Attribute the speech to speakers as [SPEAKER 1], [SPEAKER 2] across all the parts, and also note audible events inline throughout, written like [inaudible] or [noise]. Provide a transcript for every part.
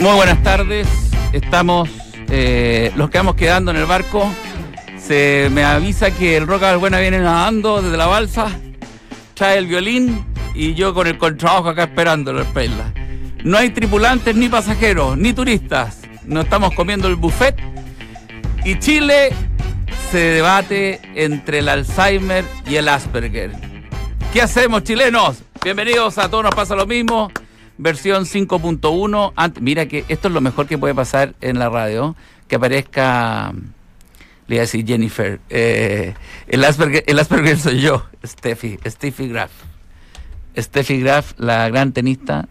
[SPEAKER 1] Muy buenas tardes. Estamos eh, los que vamos quedando en el barco. Se me avisa que el Roca Valbuena viene nadando desde la balsa, trae el violín y yo con el contrabajo acá esperándolo, el perla. No hay tripulantes, ni pasajeros, ni turistas. No estamos comiendo el buffet. Y Chile se debate entre el Alzheimer y el Asperger. ¿Qué hacemos, chilenos? Bienvenidos a todos, nos pasa lo mismo versión 5.1. Ant- Mira que esto es lo mejor que puede pasar en la radio, que aparezca, le iba a decir Jennifer, eh, el, Asperger, el Asperger soy yo, Steffi, Steffi Graf. Steffi Graf, la gran tenista.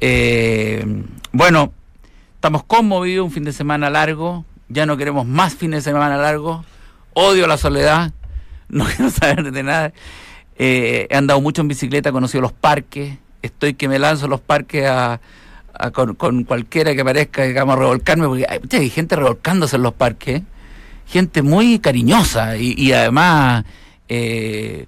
[SPEAKER 1] Eh, bueno, estamos conmovidos, un fin de semana largo, ya no queremos más fines de semana largos, odio la soledad, [laughs] no quiero saber de nada. Eh, he andado mucho en bicicleta, he conocido los parques, estoy que me lanzo a los parques a, a con, con cualquiera que parezca, digamos, a revolcarme, porque hay, pucha, hay gente revolcándose en los parques, ¿eh? gente muy cariñosa y, y además, eh,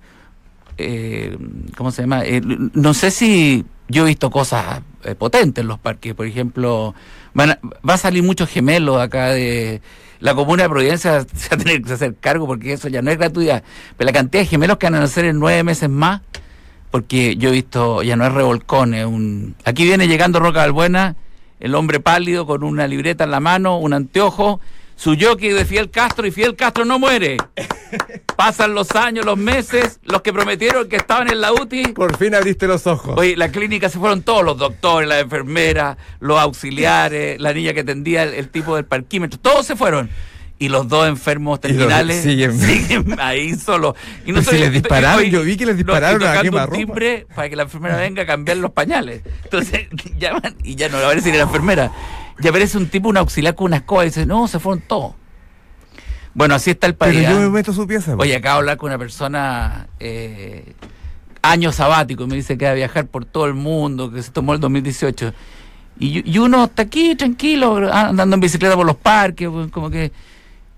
[SPEAKER 1] eh, ¿cómo se llama? Eh, no sé si yo he visto cosas eh, potentes en los parques, por ejemplo, van a- va a salir muchos gemelos acá de... La comuna de Providencia [laughs] se va a tener que hacer cargo porque eso ya no es gratuidad. Pero la cantidad de gemelos que van a nacer en nueve meses más, porque yo he visto, ya no es revolcón, es un... Aquí viene llegando Roca Balbuena, el hombre pálido con una libreta en la mano, un anteojo, su jockey de Fidel Castro y Fidel Castro no
[SPEAKER 2] [laughs]
[SPEAKER 1] muere. Pasan los años, los meses, los que prometieron que estaban en la UTI.
[SPEAKER 2] Por fin abriste los ojos.
[SPEAKER 1] Oye, la clínica se fueron todos los doctores, las enfermeras, los auxiliares, la niña que atendía el, el tipo del parquímetro, todos se fueron. Y los dos enfermos
[SPEAKER 2] Y los
[SPEAKER 1] terminales
[SPEAKER 2] siguen-
[SPEAKER 1] siguen ahí solos. Y
[SPEAKER 2] Pero si
[SPEAKER 1] soy-
[SPEAKER 2] les dispararon,
[SPEAKER 1] y-
[SPEAKER 2] yo vi que les
[SPEAKER 1] no,
[SPEAKER 2] dispararon
[SPEAKER 1] y
[SPEAKER 2] a
[SPEAKER 1] tocando un
[SPEAKER 2] quemarropa.
[SPEAKER 1] timbre para que la enfermera venga a cambiar los pañales. Entonces [laughs] llaman y ya no aparece ni la enfermera. Y aparece un tipo, un auxiliar con una escoba y dice, no, se fueron todos. Bueno, así está el país.
[SPEAKER 2] Pero yo
[SPEAKER 1] ¿ah?
[SPEAKER 2] me meto a su pieza.
[SPEAKER 1] Oye, acabo de hablar con una persona eh, año sabático y me dice que va a viajar por todo el mundo, que se tomó el 2018. Y, y uno está aquí tranquilo, ah, andando en bicicleta por los parques, pues, como que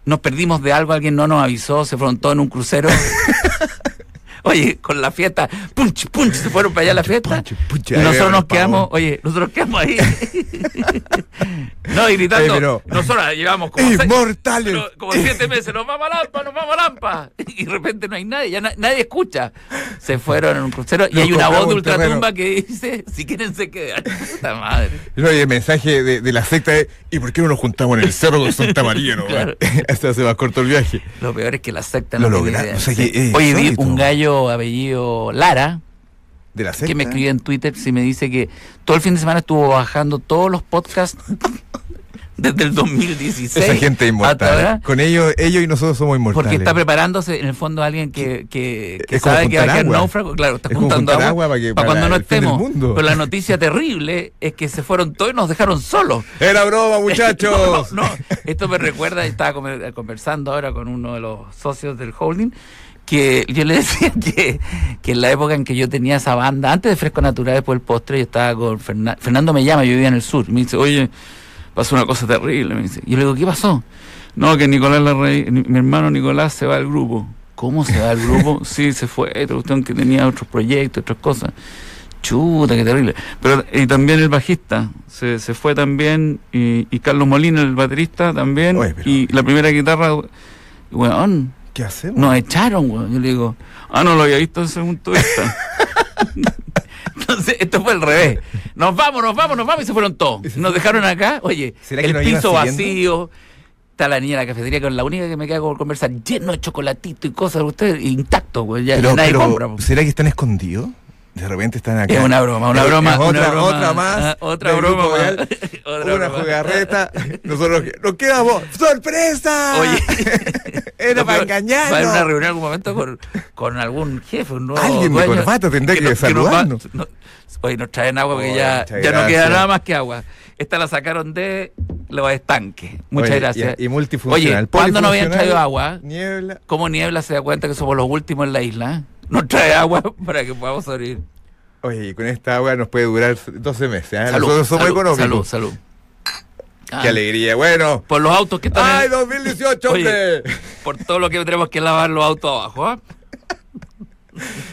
[SPEAKER 1] nos perdimos de algo, alguien no nos avisó, se fueron todos en un crucero.
[SPEAKER 2] [laughs]
[SPEAKER 1] oye, con la fiesta, punch, punch, se fueron para allá a la fiesta.
[SPEAKER 2] punch, punch.
[SPEAKER 1] y
[SPEAKER 2] Ahí
[SPEAKER 1] nosotros
[SPEAKER 2] veo
[SPEAKER 1] nos
[SPEAKER 2] el pavón.
[SPEAKER 1] quedamos, oye, nosotros quedamos
[SPEAKER 2] [laughs]
[SPEAKER 1] ahí. no, y gritando,
[SPEAKER 2] Oye, pero-
[SPEAKER 1] nosotros llevamos como seis-
[SPEAKER 2] ¡Inmortales!
[SPEAKER 1] pero como siete meses, nos vamos a Lampa, nos vamos a Lampa. [laughs] Y de repente no hay nadie, ya na- nadie escucha. Se fueron en un crucero y
[SPEAKER 2] Nos
[SPEAKER 1] hay una voz de
[SPEAKER 2] compramos un terreno.
[SPEAKER 1] ultratumba que dice, si quieren se quedan. [laughs] Puta madre.
[SPEAKER 2] Oye, el mensaje de, de la secta es: ¿y por qué no nos juntamos en el cerro de Santa María?
[SPEAKER 1] [laughs]
[SPEAKER 2] No,
[SPEAKER 1] Claro.
[SPEAKER 2] [laughs] Hasta hace más corto el viaje.
[SPEAKER 1] Lo peor es que la secta
[SPEAKER 2] Lo
[SPEAKER 1] no tiene
[SPEAKER 2] lograron,
[SPEAKER 1] idea.
[SPEAKER 2] o sea que eh, es
[SPEAKER 1] Hoy vi
[SPEAKER 2] insólito.
[SPEAKER 1] un gallo apellido Lara
[SPEAKER 2] De la secta.
[SPEAKER 1] que me escribió en Twitter si me dice que todo el fin de semana estuvo bajando todos los podcasts [laughs] desde el 2016.
[SPEAKER 2] Esa gente es inmortal.
[SPEAKER 1] hasta ahora.
[SPEAKER 2] Con ellos, ellos y nosotros somos inmortales.
[SPEAKER 1] Porque está preparándose, en el fondo, alguien que, que, que
[SPEAKER 2] Es como
[SPEAKER 1] sabe que va a
[SPEAKER 2] juntar
[SPEAKER 1] quedar
[SPEAKER 2] agua.
[SPEAKER 1] náufrago. Claro, está
[SPEAKER 2] Es como
[SPEAKER 1] juntando
[SPEAKER 2] juntar
[SPEAKER 1] agua,
[SPEAKER 2] agua
[SPEAKER 1] para,
[SPEAKER 2] para que- para
[SPEAKER 1] cuando no
[SPEAKER 2] el fin del
[SPEAKER 1] estemos.
[SPEAKER 2] mundo. [laughs]
[SPEAKER 1] Pero la noticia terrible es que se fueron todos y nos dejaron solos. [laughs]
[SPEAKER 2] Era broma, muchachos.
[SPEAKER 1] No, no, no. Esto me recuerda, estaba come- conversando ahora con uno de los socios del holding, que yo le [laughs] decía que, que en la época en que yo tenía esa banda, antes de Fresco Natural, después del postre, yo estaba con Ferna- Fernando me llama, yo vivía en el sur, y me dice, oye, pasó una cosa terrible, me dice. Y yo le digo, ¿qué pasó? No, que Nicolás Larrey, ni- mi hermano Nicolás se va del grupo. ¿Cómo se va del
[SPEAKER 2] [laughs]
[SPEAKER 1] grupo? sí, se fue, otra cuestión que tenía otros proyectos, otras cosas. Chuta, qué terrible. Pero, y también el bajista, se, se fue también, y, y Carlos Molina, el baterista, también,
[SPEAKER 2] Oye, pero-
[SPEAKER 1] y la primera guitarra, weón,
[SPEAKER 2] ¿Qué hacemos?
[SPEAKER 1] nos echaron, weón. Yo le digo, ah, no lo había visto desde ese punto de vista. [laughs] Entonces, esto fue al revés. Nos vamos, nos vamos, nos vamos, y se fueron todos. Nos dejaron acá, oye,
[SPEAKER 2] ¿Será que
[SPEAKER 1] el
[SPEAKER 2] nos iban
[SPEAKER 1] piso
[SPEAKER 2] siguiendo?
[SPEAKER 1] vacío. Está la niña de la cafetería, que es la única que me queda por conversar, lleno de chocolatito y cosas de ustedes, intacto, weón. Ya
[SPEAKER 2] Pero-
[SPEAKER 1] nadie
[SPEAKER 2] pero,
[SPEAKER 1] compra, po.
[SPEAKER 2] ¿Será que están escondidos? De repente están acá.
[SPEAKER 1] Es una broma, una
[SPEAKER 2] Es-
[SPEAKER 1] broma,
[SPEAKER 2] es
[SPEAKER 1] una
[SPEAKER 2] otra,
[SPEAKER 1] broma.
[SPEAKER 2] otra más.
[SPEAKER 1] Ah, [laughs] otra
[SPEAKER 2] del
[SPEAKER 1] broma
[SPEAKER 2] Grupo
[SPEAKER 1] más. [laughs]
[SPEAKER 2] Real.
[SPEAKER 1] Otra
[SPEAKER 2] una
[SPEAKER 1] broma.
[SPEAKER 2] jugarreta. Nosotros nos quedamos. ¡Sorpresa!
[SPEAKER 1] Oye.
[SPEAKER 2] [laughs] Era
[SPEAKER 1] No,
[SPEAKER 2] para
[SPEAKER 1] pero Va a haber una
[SPEAKER 2] engañarnos.
[SPEAKER 1] reunión en algún momento con, con algún jefe, un nuevo
[SPEAKER 2] Alguien de
[SPEAKER 1] dueño,
[SPEAKER 2] corbata tendrá que
[SPEAKER 1] nos- nos va-
[SPEAKER 2] saludarnos.
[SPEAKER 1] no- oye, nos traen agua porque
[SPEAKER 2] Oye,
[SPEAKER 1] ya,
[SPEAKER 2] muchas
[SPEAKER 1] ya no queda
[SPEAKER 2] gracias.
[SPEAKER 1] nada más que agua. Esta la sacaron de los estanques. Muchas
[SPEAKER 2] Oye,
[SPEAKER 1] gracias.
[SPEAKER 2] Y, y multifuncional.
[SPEAKER 1] Oye, ¿cuándo no habían traído
[SPEAKER 2] Polifuncional,
[SPEAKER 1] agua?
[SPEAKER 2] Niebla.
[SPEAKER 1] ¿Cómo Niebla se da cuenta que somos los últimos en la isla? eh? Nos trae agua [laughs] para que podamos abrir.
[SPEAKER 2] Oye, y con esta agua nos puede durar 12 meses. ¿ah?
[SPEAKER 1] Salud,
[SPEAKER 2] Nosotros somos
[SPEAKER 1] salud,
[SPEAKER 2] económicos.
[SPEAKER 1] Salud, salud. Ah,
[SPEAKER 2] Qué alegría. Bueno.
[SPEAKER 1] Por los autos que están en-
[SPEAKER 2] ¡Ay, 2018,
[SPEAKER 1] Oye.
[SPEAKER 2] hombre! [laughs]
[SPEAKER 1] por todo lo que tenemos que lavar los autos abajo. ¿ah?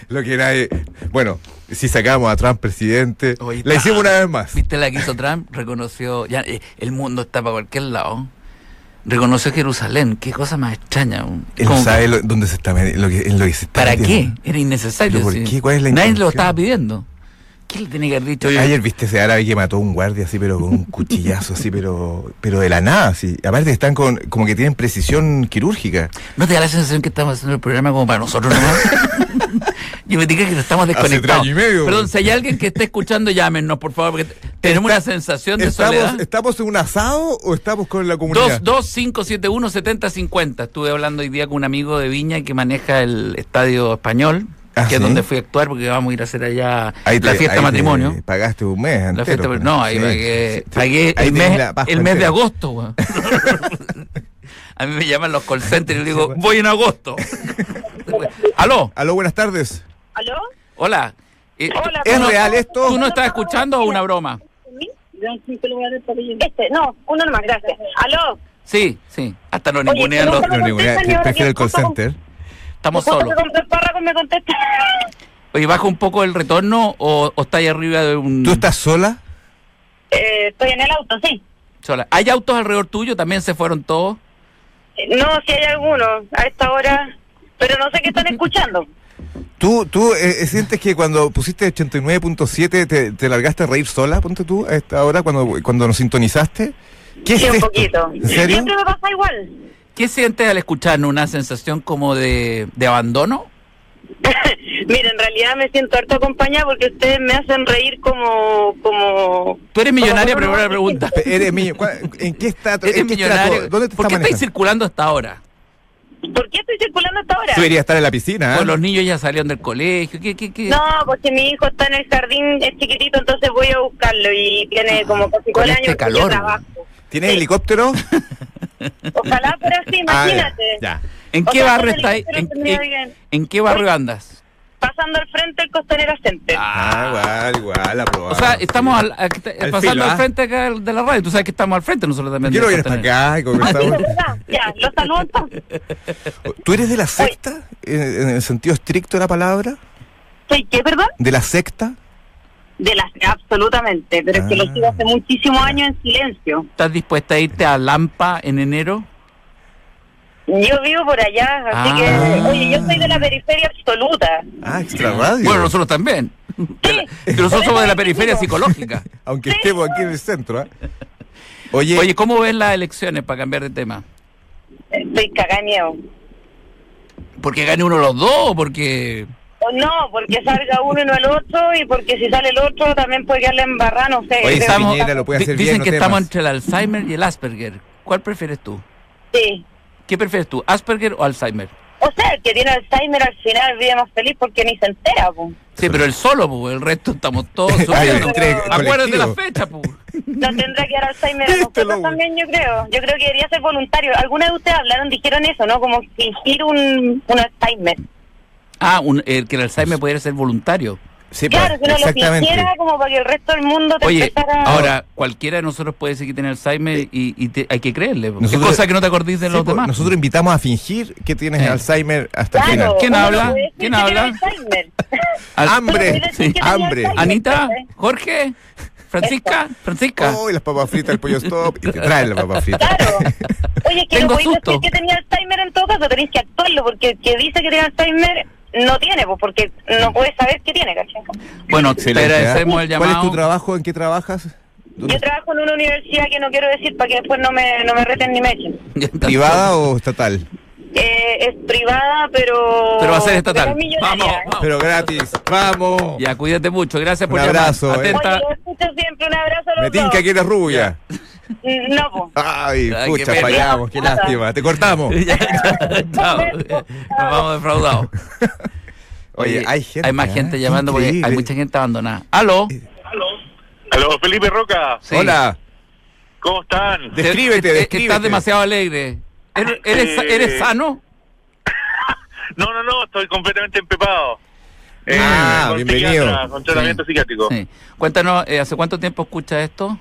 [SPEAKER 2] Lo que nadie. Bueno, Si sacamos a Trump presidente.
[SPEAKER 1] Oye, ah.
[SPEAKER 2] la hicimos
[SPEAKER 1] Trump.
[SPEAKER 2] una vez más.
[SPEAKER 1] ¿Viste la que hizo Trump? Reconoció, ya eh, el mundo está para cualquier lado. Reconoció Jerusalén, qué cosa más extraña. un-
[SPEAKER 2] Él no
[SPEAKER 1] como-
[SPEAKER 2] sabe lo- dónde se está meti- lo que, en lo que se está
[SPEAKER 1] ¿Para qué?
[SPEAKER 2] metiendo.
[SPEAKER 1] Era innecesario.
[SPEAKER 2] ¿Pero por
[SPEAKER 1] sí.
[SPEAKER 2] qué? ¿Cuál es la
[SPEAKER 1] Nadie lo
[SPEAKER 2] intención?
[SPEAKER 1] estaba pidiendo. ¿Qué le tenía que haber dicho? Oye,
[SPEAKER 2] Ayer viste ese árabe que mató a un guardia así, pero con un cuchillazo así, pero pero de la nada, así. Aparte están con, como que tienen precisión quirúrgica.
[SPEAKER 1] ¿No te da la sensación que estamos haciendo el programa como para nosotros
[SPEAKER 2] [laughs]
[SPEAKER 1] nomás? Yo me digo que estamos desconectados.
[SPEAKER 2] tres años y medio.
[SPEAKER 1] Perdón, si hay alguien que esté escuchando, llámenos, por favor, porque te- tenemos una sensación de soledad.
[SPEAKER 2] ¿Estamos, ¿Estamos en un asado o estamos con la comunidad?
[SPEAKER 1] 225717050. Estuve hablando hoy día con un amigo de Viña que maneja el Estadio Español,
[SPEAKER 2] Ah,
[SPEAKER 1] que es
[SPEAKER 2] ¿sí?
[SPEAKER 1] donde fui a actuar porque vamos a ir a hacer allá
[SPEAKER 2] Ahí te-
[SPEAKER 1] la fiesta
[SPEAKER 2] ahí te
[SPEAKER 1] matrimonio.
[SPEAKER 2] Pagaste un mes
[SPEAKER 1] La
[SPEAKER 2] entero,
[SPEAKER 1] fiesta-
[SPEAKER 2] pues.
[SPEAKER 1] no, ahí
[SPEAKER 2] Sí,
[SPEAKER 1] pagué,
[SPEAKER 2] sí, sí.
[SPEAKER 1] pagué
[SPEAKER 2] Ahí
[SPEAKER 1] el,
[SPEAKER 2] tenés
[SPEAKER 1] mes,
[SPEAKER 2] la Pascua
[SPEAKER 1] el mes de
[SPEAKER 2] entera.
[SPEAKER 1] agosto, weón. [laughs] A mí me llaman los call centers y le digo, voy en
[SPEAKER 2] [laughs]
[SPEAKER 1] agosto. Aló,
[SPEAKER 2] Aló, buenas tardes.
[SPEAKER 3] ¿Aló?
[SPEAKER 1] hola. Eh, tú-
[SPEAKER 3] Hola,
[SPEAKER 1] tú
[SPEAKER 2] ¿Es
[SPEAKER 1] no-
[SPEAKER 2] real esto?
[SPEAKER 1] ¿Tú no estás escuchando o una broma?
[SPEAKER 3] Este, no, uno nomás, gracias. ¿Aló?
[SPEAKER 1] Sí, sí. Hasta nos
[SPEAKER 3] Oye,
[SPEAKER 1] ningunean los...
[SPEAKER 3] ¿cómo
[SPEAKER 2] No, ninguna-
[SPEAKER 3] contestan y ahora
[SPEAKER 2] prefiero el
[SPEAKER 3] que
[SPEAKER 2] call
[SPEAKER 3] estamos-
[SPEAKER 2] center.
[SPEAKER 1] Estamos
[SPEAKER 3] ¿Cómo
[SPEAKER 1] solos.
[SPEAKER 3] que con espárragos me contesta? [laughs]
[SPEAKER 1] Oye, ¿baja un poco el retorno o, o está ahí arriba de un...
[SPEAKER 2] ¿Tú estás sola?
[SPEAKER 3] Eh, estoy en el auto, sí.
[SPEAKER 1] sola? ¿Hay autos alrededor tuyo? ¿También se fueron todos?
[SPEAKER 3] Eh, No, si hay alguno a esta hora, pero no sé qué están escuchando.
[SPEAKER 2] ¿Tú, tú eh, eh, sientes que cuando pusiste 89.7 te, te largaste a reír sola, ponte tú, a esta hora, cuando, cuando nos sintonizaste? ¿Qué es
[SPEAKER 3] Sí, un
[SPEAKER 2] esto?
[SPEAKER 3] poquito.
[SPEAKER 2] ¿En serio?
[SPEAKER 3] Siempre me pasa igual.
[SPEAKER 1] ¿Qué sientes al escucharnos? ¿Una sensación como de, de abandono?
[SPEAKER 3] Mira, en realidad me siento harto acompañada porque ustedes me hacen reír como... como
[SPEAKER 1] Tú eres millonaria,
[SPEAKER 3] como-
[SPEAKER 1] primera pregunta. [laughs]
[SPEAKER 2] Pe- ¿Eres mi- cua- ¿En qué está?
[SPEAKER 1] Eres
[SPEAKER 2] en qué
[SPEAKER 1] millonario.
[SPEAKER 2] estrato? ¿Dónde te
[SPEAKER 1] ¿Por
[SPEAKER 2] estás
[SPEAKER 1] qué estáis
[SPEAKER 2] manejando?
[SPEAKER 1] circulando hasta ahora?
[SPEAKER 3] ¿Por qué estoy circulando hasta ahora?
[SPEAKER 2] Tú deberías estar en la piscina. ¿eh?
[SPEAKER 1] Pues los niños ya salieron del colegio. ¿Qué, qué, qué?
[SPEAKER 3] No, porque mi hijo está en el jardín, es chiquitito, entonces voy a buscarlo y tiene como casi
[SPEAKER 1] con
[SPEAKER 3] cuatro
[SPEAKER 1] este
[SPEAKER 3] años que
[SPEAKER 1] calor.
[SPEAKER 3] yo trabajo.
[SPEAKER 2] ¿Tienes
[SPEAKER 3] Sí.
[SPEAKER 2] helicóptero?
[SPEAKER 3] Ojalá fuera así,
[SPEAKER 2] Ah,
[SPEAKER 3] imagínate.
[SPEAKER 2] ya.
[SPEAKER 1] ¿En
[SPEAKER 3] O
[SPEAKER 1] qué
[SPEAKER 3] sea,
[SPEAKER 1] barrio
[SPEAKER 3] con el
[SPEAKER 1] estáis?
[SPEAKER 3] helicóptero
[SPEAKER 1] ¿En,
[SPEAKER 3] termina
[SPEAKER 1] en-
[SPEAKER 3] bien.
[SPEAKER 1] en qué barrio andas?
[SPEAKER 3] Pasando al frente el Costanera Center.
[SPEAKER 2] Ah, igual, igual, aprobado.
[SPEAKER 1] O sea, estamos
[SPEAKER 2] Sí.
[SPEAKER 1] al- a- pasando
[SPEAKER 2] filo,
[SPEAKER 1] al
[SPEAKER 2] ¿ah?
[SPEAKER 1] frente acá de la radio. Tú sabes que estamos al frente nosotros también.
[SPEAKER 2] Quiero
[SPEAKER 1] de
[SPEAKER 2] ir hasta
[SPEAKER 1] Costanera.
[SPEAKER 2] acá y
[SPEAKER 3] Sí,
[SPEAKER 2] conversamos.
[SPEAKER 3] ¿verdad? Ya, los saludo entonces.
[SPEAKER 2] ¿Tú eres de la secta? En, en el sentido estricto de la palabra.
[SPEAKER 3] ¿Soy qué, perdón?
[SPEAKER 2] ¿De la secta?
[SPEAKER 3] De las, absolutamente, pero es que
[SPEAKER 2] Ah.
[SPEAKER 3] lo sigo hace muchísimos años en silencio.
[SPEAKER 1] ¿Estás dispuesta a irte a Lampa en enero?
[SPEAKER 3] Yo vivo por allá, así
[SPEAKER 1] Ah.
[SPEAKER 3] que, oye, yo soy de la periferia absoluta.
[SPEAKER 2] Ah, extra radio.
[SPEAKER 1] Bueno, nosotros también. De la- que nosotros somos de la periferia
[SPEAKER 2] [laughs]
[SPEAKER 1] psicológica.
[SPEAKER 2] Aunque
[SPEAKER 3] Sí.
[SPEAKER 2] estemos aquí en el centro. ¿ah?
[SPEAKER 1] [laughs]
[SPEAKER 2] Oye,
[SPEAKER 1] Oye, ¿cómo ves las elecciones para cambiar de tema?
[SPEAKER 3] Estoy cagañeo.
[SPEAKER 1] ¿Porque gane uno los dos o porque.?
[SPEAKER 3] O no, porque salga uno y no el otro, y porque si sale el otro también puede quedarle embarrada, no sé.
[SPEAKER 2] Oye,
[SPEAKER 3] Pero-
[SPEAKER 2] estamos- Piñera lo puede
[SPEAKER 1] di-
[SPEAKER 2] hacer
[SPEAKER 1] dicen
[SPEAKER 2] bien, no
[SPEAKER 1] que estamos
[SPEAKER 2] temas.
[SPEAKER 1] entre el Alzheimer y el Asperger. ¿Cuál prefieres tú?
[SPEAKER 3] Sí.
[SPEAKER 1] ¿Qué prefieres tú, Asperger o Alzheimer?
[SPEAKER 3] O sea, el que tiene Alzheimer al final vive más feliz porque ni se entera, po.
[SPEAKER 1] Sí, pero el solo, pues, el resto estamos
[SPEAKER 2] [laughs]
[SPEAKER 1] todos
[SPEAKER 2] Hay un
[SPEAKER 1] sufriendo.
[SPEAKER 2] entre-
[SPEAKER 1] [laughs] Acuérdate la
[SPEAKER 2] colectivo.
[SPEAKER 1] fecha, pues.
[SPEAKER 3] No tendrá que dar
[SPEAKER 2] [laughs]
[SPEAKER 3] Alzheimer
[SPEAKER 2] Este
[SPEAKER 3] a nosotros
[SPEAKER 2] lobo.
[SPEAKER 3] también, yo creo. Yo creo que debería ser voluntario. Alguna de ustedes hablaron, dijeron eso, ¿no? Como fingir un, un Alzheimer.
[SPEAKER 1] Ah, un- el que el Alzheimer pudiera ser voluntario.
[SPEAKER 2] sí,
[SPEAKER 3] Claro, si
[SPEAKER 2] pues,
[SPEAKER 3] uno lo
[SPEAKER 2] exactamente.
[SPEAKER 3] fingiera como para que el resto del mundo te
[SPEAKER 1] Oye,
[SPEAKER 3] empezara...
[SPEAKER 1] ahora cualquiera de nosotros puede decir que tiene Alzheimer y, y te- hay que creerle. po.
[SPEAKER 2] Eh, Nosotros-
[SPEAKER 1] es cosa que no te acordís de
[SPEAKER 2] Sí,
[SPEAKER 1] los
[SPEAKER 2] pues,
[SPEAKER 1] demás. Eh.
[SPEAKER 2] Nosotros invitamos a fingir que tienes
[SPEAKER 1] Sí.
[SPEAKER 2] Alzheimer hasta el
[SPEAKER 3] Claro,
[SPEAKER 2] final.
[SPEAKER 1] ¿Quién
[SPEAKER 3] uno
[SPEAKER 1] habla?
[SPEAKER 3] puede decir
[SPEAKER 1] ¿Quién
[SPEAKER 3] que tiene
[SPEAKER 1] habla? [laughs]
[SPEAKER 3] Alzheimer.
[SPEAKER 1] Al-
[SPEAKER 2] Hambre,
[SPEAKER 3] Pero
[SPEAKER 1] sí,
[SPEAKER 3] que tenía
[SPEAKER 2] hambre.
[SPEAKER 3] Alzheimer.
[SPEAKER 1] Anita, Jorge, Francisca, Francisca.
[SPEAKER 2] Oh, y las papas fritas, el pollo stop. Y te traen las papas fritas.
[SPEAKER 3] Claro. Oye, es que
[SPEAKER 1] Tengo
[SPEAKER 3] no podéis
[SPEAKER 1] susto.
[SPEAKER 3] decir que tenía Alzheimer en todo caso, tenéis que actuarlo, porque el que dice que tiene Alzheimer no tiene, pues, porque no puede saber que tiene, ¿cachai?
[SPEAKER 1] Bueno, te
[SPEAKER 2] Excelente, ¿eh?
[SPEAKER 1] agradecemos el
[SPEAKER 2] ¿Cuál es tu
[SPEAKER 1] llamado. [laughs]
[SPEAKER 2] trabajo? ¿En qué trabajas?
[SPEAKER 3] Yo trabajo en una universidad que no quiero decir para que después no me, no me reten ni me echen.
[SPEAKER 2] ¿Privada o estatal?
[SPEAKER 3] Eh, es privada, pero...
[SPEAKER 1] Pero va a ser estatal.
[SPEAKER 3] pero es millonaria. ¿eh?
[SPEAKER 1] Vamos, vamos.
[SPEAKER 2] Pero gratis. ¡Vamos!
[SPEAKER 1] Ya, cuídate mucho. Gracias por
[SPEAKER 2] Un
[SPEAKER 1] llamar.
[SPEAKER 2] abrazo, eh.
[SPEAKER 1] Atenta.
[SPEAKER 3] Oye, lo escucho siempre. Un abrazo a los
[SPEAKER 2] Me tinca
[SPEAKER 3] dos. Mm,
[SPEAKER 2] que eres rubia.
[SPEAKER 3] No, po.
[SPEAKER 2] Ay,
[SPEAKER 1] Ay, qué
[SPEAKER 2] pucha,
[SPEAKER 1] pena.
[SPEAKER 2] fallamos. Qué lástima. Te cortamos.
[SPEAKER 1] [laughs] Ya, chao, chao. Nos vamos defraudados.
[SPEAKER 2] [laughs] Oye, hay gente.
[SPEAKER 1] Hay más
[SPEAKER 2] ¿eh?
[SPEAKER 1] gente llamando porque hay
[SPEAKER 2] Increíble. Eh,
[SPEAKER 1] mucha gente abandonada. ¿Aló?
[SPEAKER 4] Aló, Felipe Roca,
[SPEAKER 1] Sí.
[SPEAKER 2] Hola.
[SPEAKER 4] ¿cómo están?
[SPEAKER 1] Te-
[SPEAKER 2] Descríbete,
[SPEAKER 1] te- te-
[SPEAKER 2] descríbete.
[SPEAKER 1] Estás demasiado alegre.
[SPEAKER 3] Ah,
[SPEAKER 1] ¿Eres, eres, sa-
[SPEAKER 4] Eh.
[SPEAKER 1] eres sano?
[SPEAKER 4] No, no, no, estoy completamente empepado. Eh,
[SPEAKER 2] Ah,
[SPEAKER 4] con
[SPEAKER 2] bienvenido.
[SPEAKER 4] psiquiatra, Con tratamiento
[SPEAKER 1] Sí.
[SPEAKER 4] psiquiátrico.
[SPEAKER 1] Sí. Cuéntanos, eh, ¿hace cuánto tiempo escuchas esto?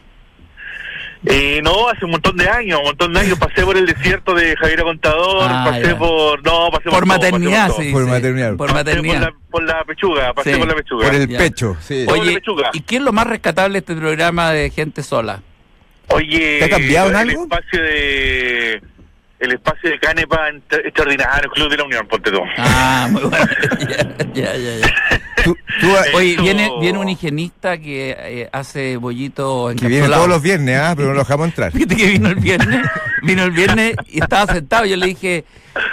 [SPEAKER 4] Eh, no, hace un montón de años, un montón de años. Pasé por el desierto de Javiera Contador,
[SPEAKER 1] Ah,
[SPEAKER 4] pasé
[SPEAKER 1] ya.
[SPEAKER 4] por... No, pasé por,
[SPEAKER 1] Por
[SPEAKER 4] todo, pasé
[SPEAKER 1] maternidad,
[SPEAKER 4] todo.
[SPEAKER 1] sí.
[SPEAKER 2] Por
[SPEAKER 1] sí.
[SPEAKER 2] maternidad.
[SPEAKER 1] Por
[SPEAKER 4] Pasé Por
[SPEAKER 1] maternidad.
[SPEAKER 4] la, por la pechuga, pasé
[SPEAKER 1] Sí.
[SPEAKER 4] por la pechuga.
[SPEAKER 2] Por el
[SPEAKER 1] Ya.
[SPEAKER 2] pecho, sí.
[SPEAKER 4] Doble
[SPEAKER 1] Oye,
[SPEAKER 4] pechuga.
[SPEAKER 1] ¿y qué es lo más rescatable de este programa de gente sola?
[SPEAKER 4] Oye,
[SPEAKER 2] ¿Te ha cambiado en
[SPEAKER 4] el
[SPEAKER 2] algo?
[SPEAKER 4] espacio de el espacio de Canepa ent- extraordinario, Club de la Unión, ponte tú.
[SPEAKER 1] Ah, muy bueno. [laughs] ya, ya, ya, ya.
[SPEAKER 2] Tú- tú-
[SPEAKER 1] Oye,
[SPEAKER 4] Eso.
[SPEAKER 1] viene, viene un higienista que eh, hace bollitos
[SPEAKER 2] que viene
[SPEAKER 1] encapsulados.
[SPEAKER 2] todos los viernes, ¿ah? pero no lo
[SPEAKER 1] [laughs]
[SPEAKER 2] dejamos entrar.
[SPEAKER 1] Fíjate que vino el viernes, vino el viernes y estaba sentado. Yo le dije,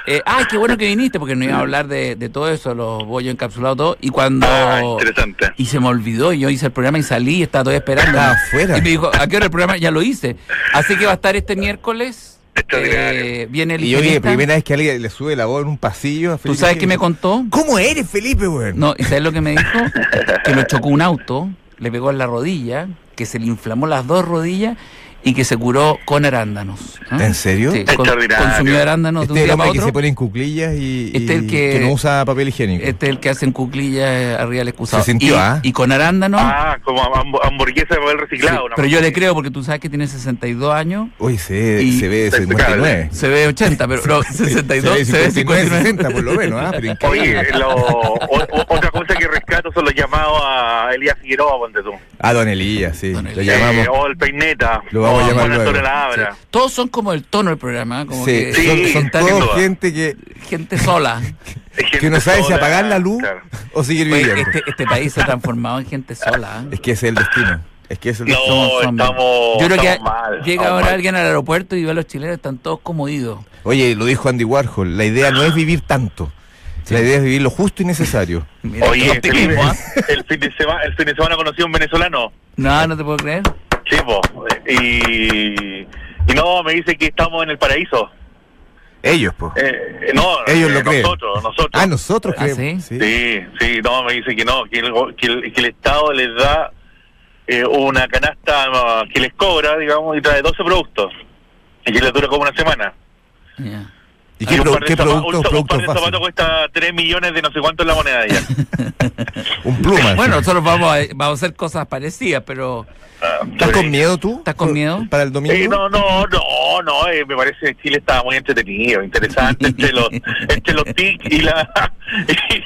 [SPEAKER 1] eh, ay, qué bueno que viniste, porque no iba a hablar de, de todo eso, los bollos encapsulados, todo. Y cuando.
[SPEAKER 4] Ah, interesante.
[SPEAKER 1] Y se me olvidó, y yo hice el programa y salí, y estaba todavía esperando.
[SPEAKER 2] Estaba afuera.
[SPEAKER 1] Y me dijo, ¿a qué hora el programa? Ya lo hice. Así que va a estar este miércoles.
[SPEAKER 4] Extraordinario.
[SPEAKER 1] eh, viene el
[SPEAKER 2] Y oye,
[SPEAKER 1] higienista.
[SPEAKER 2] primera vez que alguien le sube la voz en un pasillo. a
[SPEAKER 1] ¿Tú
[SPEAKER 2] Felipe
[SPEAKER 1] sabes qué
[SPEAKER 2] Gil.
[SPEAKER 1] me contó?
[SPEAKER 2] ¿Cómo eres, Felipe, weón?
[SPEAKER 1] No, ¿y sabes lo que me dijo? Que lo chocó un auto, le pegó en la rodilla, que se le inflamó las dos rodillas y que se curó con arándanos. ¿ah?
[SPEAKER 2] ¿En serio?
[SPEAKER 1] Sí, con-
[SPEAKER 4] Extraordinario.
[SPEAKER 1] consumió arándanos de un
[SPEAKER 2] Este es el
[SPEAKER 1] día para
[SPEAKER 2] hombre que se
[SPEAKER 1] otro.
[SPEAKER 2] pone en cuclillas y, y
[SPEAKER 1] Este el que-
[SPEAKER 2] que no usa papel higiénico.
[SPEAKER 1] Este es el que hacen cuclillas eh, arriba del excusado.
[SPEAKER 2] Se sintió,
[SPEAKER 1] y,
[SPEAKER 2] ¿ah?
[SPEAKER 1] y con arándanos.
[SPEAKER 4] Ah, como hamb- hamburguesa de papel
[SPEAKER 1] sí,
[SPEAKER 4] reciclado. una
[SPEAKER 1] pero
[SPEAKER 4] cosa
[SPEAKER 1] yo le
[SPEAKER 4] así.
[SPEAKER 1] creo porque tú sabes que tiene 62 años.
[SPEAKER 2] Oye, se,
[SPEAKER 1] Y-
[SPEAKER 2] se ve
[SPEAKER 4] Está
[SPEAKER 2] 59.
[SPEAKER 1] Se ¿eh? ve 80, pero no, [laughs] 62, se ve 59.
[SPEAKER 2] 60 por lo menos, ¿ah? Pero increíble.
[SPEAKER 4] Oye, lo- o- o- otra cosa que rescato son los llamados a Elías Figueroa, ponte tú.
[SPEAKER 2] Ah, don Elías, sí.
[SPEAKER 1] Don
[SPEAKER 2] Lo
[SPEAKER 1] Elías.
[SPEAKER 2] llamamos.
[SPEAKER 4] Eh, o el Peineta.
[SPEAKER 2] Lo vamos a
[SPEAKER 4] o
[SPEAKER 2] llamar
[SPEAKER 4] Juan
[SPEAKER 2] luego.
[SPEAKER 4] Antonio Labra.
[SPEAKER 1] Todos son como el tono del programa, ¿eh? como
[SPEAKER 2] Sí,
[SPEAKER 1] que
[SPEAKER 4] Sí,
[SPEAKER 2] son, son
[SPEAKER 1] está-
[SPEAKER 4] sin
[SPEAKER 2] todos
[SPEAKER 4] duda.
[SPEAKER 2] gente que,
[SPEAKER 1] gente sola.
[SPEAKER 2] que no sabe si apagar la luz
[SPEAKER 4] Claro.
[SPEAKER 2] o seguir
[SPEAKER 1] Oye,
[SPEAKER 2] viviendo.
[SPEAKER 1] este, este país se ha transformado en gente sola.
[SPEAKER 4] [laughs]
[SPEAKER 1] ¿eh?
[SPEAKER 2] Es que ese es el destino. Es que ese es el
[SPEAKER 4] No,
[SPEAKER 2] destino.
[SPEAKER 4] estamos-
[SPEAKER 1] Yo creo que
[SPEAKER 4] estamos mal,
[SPEAKER 1] llega
[SPEAKER 4] estamos
[SPEAKER 1] ahora
[SPEAKER 4] mal.
[SPEAKER 1] alguien al aeropuerto y ve a los chilenos, están todos comodidos.
[SPEAKER 2] Oye, lo dijo Andy Warhol, la idea no es vivir tanto. La idea es vivir lo justo y necesario.
[SPEAKER 1] Mira,
[SPEAKER 4] Oye,
[SPEAKER 1] qué
[SPEAKER 4] este
[SPEAKER 1] optimismo,
[SPEAKER 4] fin-
[SPEAKER 1] ¿ah?
[SPEAKER 4] el, fin de semana, el fin de semana conocí a un venezolano.
[SPEAKER 1] No, no te puedo creer.
[SPEAKER 4] Sí, po. Y, y no, me dice que estamos en el paraíso.
[SPEAKER 2] Ellos, po.
[SPEAKER 4] Eh, no,
[SPEAKER 2] Ellos
[SPEAKER 4] eh,
[SPEAKER 2] lo creen.
[SPEAKER 4] Nosotros, nosotros.
[SPEAKER 2] Ah, nosotros
[SPEAKER 1] Ah,
[SPEAKER 2] creemos.
[SPEAKER 1] ¿sí?
[SPEAKER 4] Sí, sí, no, me dice que no, que el, go- que el, que el Estado les da eh, una canasta ah, que les cobra, digamos, y trae 12 productos. Y que les dura como una semana.
[SPEAKER 1] Ya.
[SPEAKER 2] ¿Y qué,
[SPEAKER 4] un
[SPEAKER 2] pro-
[SPEAKER 4] par de
[SPEAKER 2] qué
[SPEAKER 4] zapa-
[SPEAKER 2] productos,
[SPEAKER 4] un,
[SPEAKER 2] productos
[SPEAKER 4] zapato
[SPEAKER 2] básicos?
[SPEAKER 4] cuesta 3 millones de no sé cuánto en la
[SPEAKER 2] [laughs]
[SPEAKER 4] moneda ya.
[SPEAKER 2] Un pluma.
[SPEAKER 1] Bueno,
[SPEAKER 2] sí.
[SPEAKER 1] nosotros vamos a, vamos a hacer cosas parecidas, pero
[SPEAKER 2] ¿estás con miedo tú?
[SPEAKER 1] ¿Estás con miedo?
[SPEAKER 2] ¿Para el domingo?
[SPEAKER 4] Eh, no, no, no, no, eh, me parece que Chile estaba muy entretenido, interesante, entre los,
[SPEAKER 2] [laughs]
[SPEAKER 4] entre los TIC y la...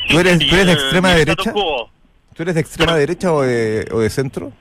[SPEAKER 2] ¿Tú eres- tú eres de
[SPEAKER 4] [laughs] y el-
[SPEAKER 2] extrema
[SPEAKER 4] y el
[SPEAKER 2] derecha?
[SPEAKER 4] status quo.
[SPEAKER 2] ¿Tú eres de extrema derecha o de, o de centro?